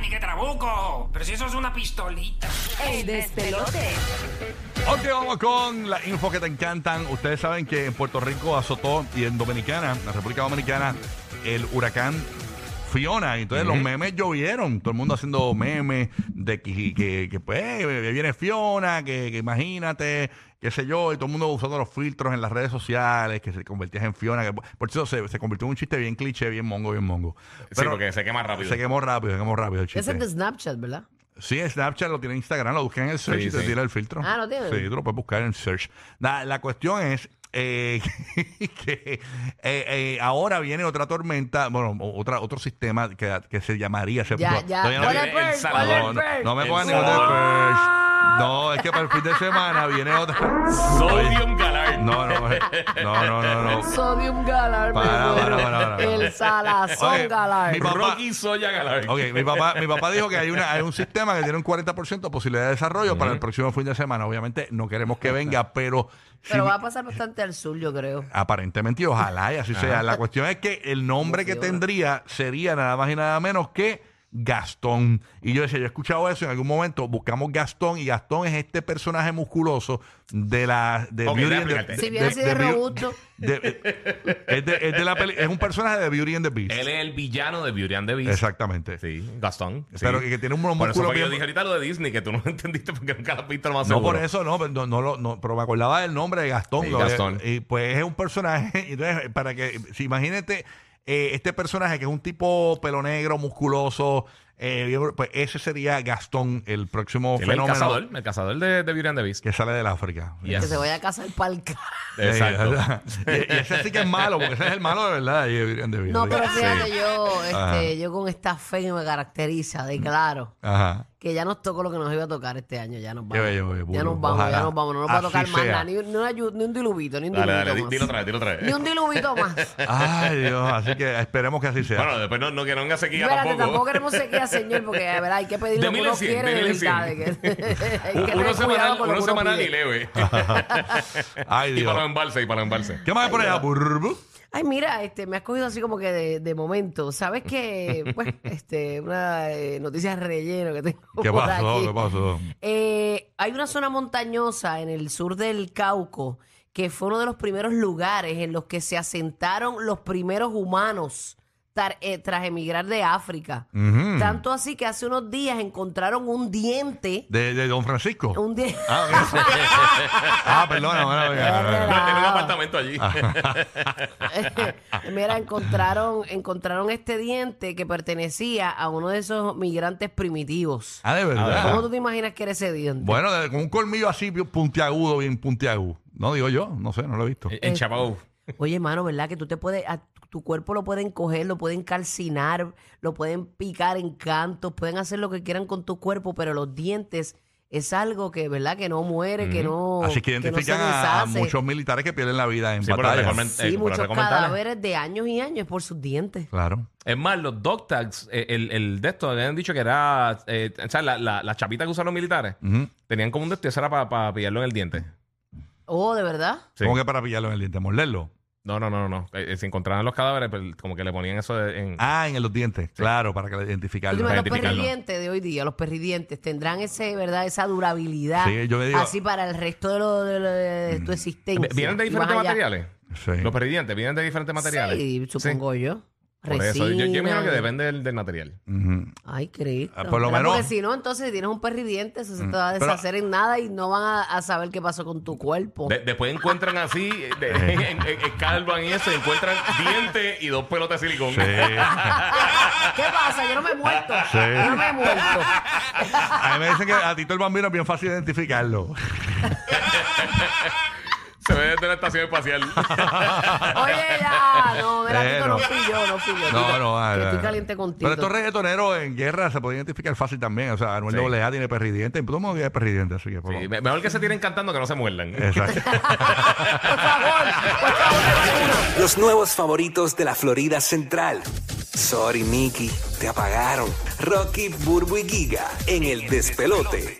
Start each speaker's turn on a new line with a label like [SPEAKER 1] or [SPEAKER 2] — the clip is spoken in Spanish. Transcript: [SPEAKER 1] ni qué trabuco. Pero si eso es una pistolita.
[SPEAKER 2] El despelote.
[SPEAKER 3] Ok, vamos con la info que te encantan. Ustedes saben que en Puerto Rico azotó y en Dominicana, en la República Dominicana, el huracán Fiona. Entonces los memes llovieron. Todo el mundo haciendo memes de que, que, que, pues, eh, viene Fiona, que, que imagínate, qué sé yo, y todo el mundo usando los filtros en las redes sociales, que se convertías en Fiona. que- por eso se, se convirtió en un chiste bien cliché, bien mongo, bien mongo.
[SPEAKER 4] sí, porque se quema rápido.
[SPEAKER 3] Se quemó rápido, se quemó rápido el
[SPEAKER 2] Ese
[SPEAKER 3] chiste.
[SPEAKER 2] es de Snapchat, ¿verdad?
[SPEAKER 3] Sí, Snapchat lo tiene Instagram, lo busqué en el search
[SPEAKER 4] Sí,
[SPEAKER 3] y te
[SPEAKER 4] sí.
[SPEAKER 3] tira el filtro.
[SPEAKER 2] Ah, ¿lo tiene?
[SPEAKER 3] Sí, tú lo puedes buscar en el search. La, la cuestión es eh, que eh, eh, ahora viene otra tormenta, bueno, o- otra, otro sistema que, que se llamaría. se-
[SPEAKER 2] Ya,
[SPEAKER 3] no,
[SPEAKER 2] ya.
[SPEAKER 3] todavía no
[SPEAKER 2] ¿Cuál
[SPEAKER 4] viene
[SPEAKER 2] es
[SPEAKER 3] tiene-
[SPEAKER 4] el
[SPEAKER 2] Bird? ¿Cuál
[SPEAKER 4] sábado.
[SPEAKER 3] no,
[SPEAKER 2] es
[SPEAKER 3] no,
[SPEAKER 2] Bird?
[SPEAKER 3] no me
[SPEAKER 4] El
[SPEAKER 3] pongan ningún de
[SPEAKER 4] sábado.
[SPEAKER 3] Perch. No, es que para el fin de semana viene otra.
[SPEAKER 4] Sodium Galar.
[SPEAKER 3] No, no, no, no, no. no.
[SPEAKER 2] Sodium Galar, me
[SPEAKER 3] Para,
[SPEAKER 2] muero.
[SPEAKER 3] para, para, para.
[SPEAKER 2] El Salazón
[SPEAKER 3] Oye,
[SPEAKER 2] Galar.
[SPEAKER 3] mi papá-
[SPEAKER 4] Rocky Soya Galar.
[SPEAKER 3] Ok, mi papá, mi papá dijo que hay, una, hay un sistema que tiene un 40% de posibilidad de desarrollo para el próximo fin de semana. Obviamente no queremos que venga, pero, si-
[SPEAKER 2] Pero va a pasar bastante al sur, yo creo.
[SPEAKER 3] aparentemente y ojalá y así sea. La cuestión es que el nombre que
[SPEAKER 2] Funciona.
[SPEAKER 3] tendría sería nada más y nada menos que Gastón. Y yo decía, yo he escuchado eso en algún momento, buscamos Gastón y Gastón es este personaje musculoso de la... De
[SPEAKER 4] Ok,
[SPEAKER 3] and
[SPEAKER 4] déjame explicarte.
[SPEAKER 2] Si bien así de
[SPEAKER 3] Beau-
[SPEAKER 2] robusto.
[SPEAKER 3] de- eh, es, de, es de la peli- es un personaje de Beauty and the Beast.
[SPEAKER 4] Él es el villano de Beauty and the Beast.
[SPEAKER 3] Exactamente.
[SPEAKER 4] Sí, Gastón. sí.
[SPEAKER 3] Pero que- que tiene un
[SPEAKER 4] Por eso
[SPEAKER 3] músculo
[SPEAKER 4] fue que yo
[SPEAKER 3] bien-
[SPEAKER 4] dije ahorita lo de Disney, que tú no lo entendiste porque nunca lo has visto lo más
[SPEAKER 3] No
[SPEAKER 4] seguro.
[SPEAKER 3] por eso, no, pero no, no lo- no, pero me acordaba del nombre de Gastón.
[SPEAKER 4] Sí,
[SPEAKER 3] lo-
[SPEAKER 4] Gastón.
[SPEAKER 3] Y pues es un personaje, entonces, para que, si imagínate, eh, este personaje que es un tipo pelo negro, musculoso, eh, bien- pues ese sería Gastón, el próximo
[SPEAKER 4] Él es el
[SPEAKER 3] fenómeno
[SPEAKER 4] cazador, el cazador de, de Beauty and the Beast.
[SPEAKER 3] que sale del África.
[SPEAKER 4] Yes.
[SPEAKER 2] Que se vaya a casar pa'l ca-
[SPEAKER 4] Exacto.
[SPEAKER 3] Sí, y, y ese sí que es malo, porque ese es el malo de verdad. y deberían de-
[SPEAKER 2] No, pero
[SPEAKER 3] Sí.
[SPEAKER 2] fíjate, yo,
[SPEAKER 3] Ajá.
[SPEAKER 2] este, yo con esta fe que me caracteriza, de claro,
[SPEAKER 3] Ajá.
[SPEAKER 2] que ya nos tocó lo que nos iba a tocar este año, ya nos vamos.
[SPEAKER 3] Qué bello, bello,
[SPEAKER 2] ya
[SPEAKER 3] bello.
[SPEAKER 2] nos vamos,
[SPEAKER 3] Ojalá.
[SPEAKER 2] ya nos vamos, no nos va a
[SPEAKER 3] Así
[SPEAKER 2] tocar más
[SPEAKER 3] sea.
[SPEAKER 2] nada, ni, un- ni una ayu- ni un diluvito, ni un
[SPEAKER 4] Dale,
[SPEAKER 2] diluvito
[SPEAKER 4] dale, di-
[SPEAKER 2] más.
[SPEAKER 4] dilo otra vez, dilo otra
[SPEAKER 2] Ni
[SPEAKER 4] vez.
[SPEAKER 2] un diluvito más.
[SPEAKER 3] Ay, Dios, así que esperemos que así sea.
[SPEAKER 4] Bueno, después no, no, que no venga sequía
[SPEAKER 2] Espérate, tampoco.
[SPEAKER 4] tampoco.
[SPEAKER 2] queremos sequía, señor, porque de verdad hay que pedir
[SPEAKER 4] De
[SPEAKER 2] lo que
[SPEAKER 4] mil en
[SPEAKER 2] uno
[SPEAKER 4] cien,
[SPEAKER 2] quiere
[SPEAKER 4] de
[SPEAKER 2] de
[SPEAKER 4] mil en cien.
[SPEAKER 2] verdad. de que- hay que
[SPEAKER 4] uno
[SPEAKER 2] tener cuidado
[SPEAKER 4] semanal,
[SPEAKER 2] con lo
[SPEAKER 4] uno
[SPEAKER 2] que uno
[SPEAKER 4] semanal
[SPEAKER 2] pide.
[SPEAKER 4] y leve.
[SPEAKER 3] Ay,
[SPEAKER 4] y para los
[SPEAKER 3] Dios.
[SPEAKER 4] embalses, y para los embalses.
[SPEAKER 3] ¿Qué más hay por allá? Burbu?
[SPEAKER 2] Ay, mira, este, me has cogido así como que de, de momento. ¿Sabes qué? Pues, este, una eh, noticia relleno que tengo.
[SPEAKER 3] ¿Qué
[SPEAKER 2] por
[SPEAKER 3] pasó?
[SPEAKER 2] aquí.
[SPEAKER 3] ¿Qué pasó?
[SPEAKER 2] Eh, hay una zona montañosa en el sur del Cauco que fue uno de los primeros lugares en los que se asentaron los primeros humanos tar- eh, tras emigrar de África.
[SPEAKER 3] Ujú.
[SPEAKER 2] Tanto así que hace unos días encontraron un diente.
[SPEAKER 3] De, de Don Francisco.
[SPEAKER 2] Un diente.
[SPEAKER 3] Ah, ok. ah perdona, bueno,
[SPEAKER 4] No,
[SPEAKER 3] bueno,
[SPEAKER 4] tiene un apartamento allí.
[SPEAKER 2] Mira, encontraron, encontraron este diente que pertenecía a uno de esos migrantes primitivos.
[SPEAKER 3] Ah, de
[SPEAKER 2] ¿Cómo tú
[SPEAKER 3] verdad.
[SPEAKER 2] te imaginas que era ese diente?
[SPEAKER 3] Bueno, de- con un colmillo así bien puntiagudo, bien puntiagudo. No digo yo, no sé, no lo he visto.
[SPEAKER 4] En Chabau.
[SPEAKER 2] Oye, hermano, ¿verdad? Que tú te puedes, a tu cuerpo lo pueden coger, lo pueden calcinar, lo pueden picar en cantos, pueden hacer lo que quieran con tu cuerpo, pero los dientes es algo que, ¿verdad? Que no muere, Oh, que no.
[SPEAKER 3] Así que
[SPEAKER 2] no se
[SPEAKER 3] identifican a- a
[SPEAKER 2] deshace.
[SPEAKER 3] muchos militares que pierden la vida en
[SPEAKER 4] Sí, pero
[SPEAKER 3] batalla.
[SPEAKER 4] realmente- Eh,
[SPEAKER 2] Sí,
[SPEAKER 4] para
[SPEAKER 2] muchos
[SPEAKER 4] recomendarla.
[SPEAKER 2] cadáveres de años y años por sus dientes.
[SPEAKER 3] Claro.
[SPEAKER 4] Es más, los dog tags, eh, el, el de estos, habían dicho que era. eh, o sea, la, la, la chapita que usaron los militares,
[SPEAKER 3] Ujú.
[SPEAKER 4] tenían como un destino, era para pillarlo en el diente.
[SPEAKER 2] Oh, ¿de verdad?
[SPEAKER 4] Sí.
[SPEAKER 3] ¿Cómo que para pillarlo en el diente? ¿Morderlo?
[SPEAKER 4] No, no, no, no. no. Eh, eh, se encontraban los cadáveres, pero como que le ponían eso de- en.
[SPEAKER 3] Ah, en los dientes. Claro, para que le-
[SPEAKER 2] Tú te
[SPEAKER 3] identificarlo.
[SPEAKER 2] imaginas, los
[SPEAKER 4] identificarlo.
[SPEAKER 2] perridientes de hoy día, los perridientes, tendrán ese, ¿verdad? esa durabilidad
[SPEAKER 3] Sí, yo me digo-
[SPEAKER 2] así para el resto de, lo- de lo- de tu existencia.
[SPEAKER 4] ¿Vienen de
[SPEAKER 2] Y más
[SPEAKER 4] diferentes
[SPEAKER 2] allá.
[SPEAKER 4] materiales?
[SPEAKER 3] Sí.
[SPEAKER 4] Los peridientes vienen de diferentes materiales.
[SPEAKER 2] Sí, supongo yo.
[SPEAKER 4] Por eso, yo, yo me imagino que
[SPEAKER 2] Resina.
[SPEAKER 4] depende del, del material.
[SPEAKER 3] Ujú.
[SPEAKER 2] Ay, Cristo.
[SPEAKER 3] Ah, por lo
[SPEAKER 2] ¿Verdad?
[SPEAKER 3] menos-
[SPEAKER 2] Porque si no, entonces si tienes un perridiente, eso se te va a
[SPEAKER 3] Pero-
[SPEAKER 2] deshacer en nada y no van a, a saber qué pasó con tu cuerpo.
[SPEAKER 4] De- después encuentran así, de, en, en- en Calvan y eso, y encuentran dientes y dos pelotas de silicón.
[SPEAKER 3] Sí.
[SPEAKER 2] ¿Qué pasa? Yo no me he muerto.
[SPEAKER 3] Sí.
[SPEAKER 2] Yo no me he muerto.
[SPEAKER 3] A mí me dicen que a Tito el Bambino es bien fácil identificarlo.
[SPEAKER 4] Se ve desde la estación espacial.
[SPEAKER 2] Oye, ya. No, mira,
[SPEAKER 3] Eh,
[SPEAKER 2] Tito,
[SPEAKER 3] no.
[SPEAKER 2] no fui yo, no fui yo.
[SPEAKER 3] No,
[SPEAKER 2] Tito,
[SPEAKER 3] no, ah,
[SPEAKER 2] que
[SPEAKER 3] ah,
[SPEAKER 2] Estoy
[SPEAKER 3] ah.
[SPEAKER 2] caliente con Tito.
[SPEAKER 3] Pero estos reggaetoneros en guerra se pueden identificar fácil también. O sea, Anuel
[SPEAKER 4] Sí.
[SPEAKER 3] AA tiene perridiente. Todo el mundo tiene perridiente, así que. por
[SPEAKER 4] Sí,
[SPEAKER 3] favor.
[SPEAKER 4] me- mejor que se tiren cantando que no se muerdan.
[SPEAKER 3] Exacto.
[SPEAKER 2] Por favor, por favor, Osuna.
[SPEAKER 5] Los nuevos favoritos de la Florida Central. Sorry, Nicky, te apagaron. Rocky, Burbu y Giga en el despelote.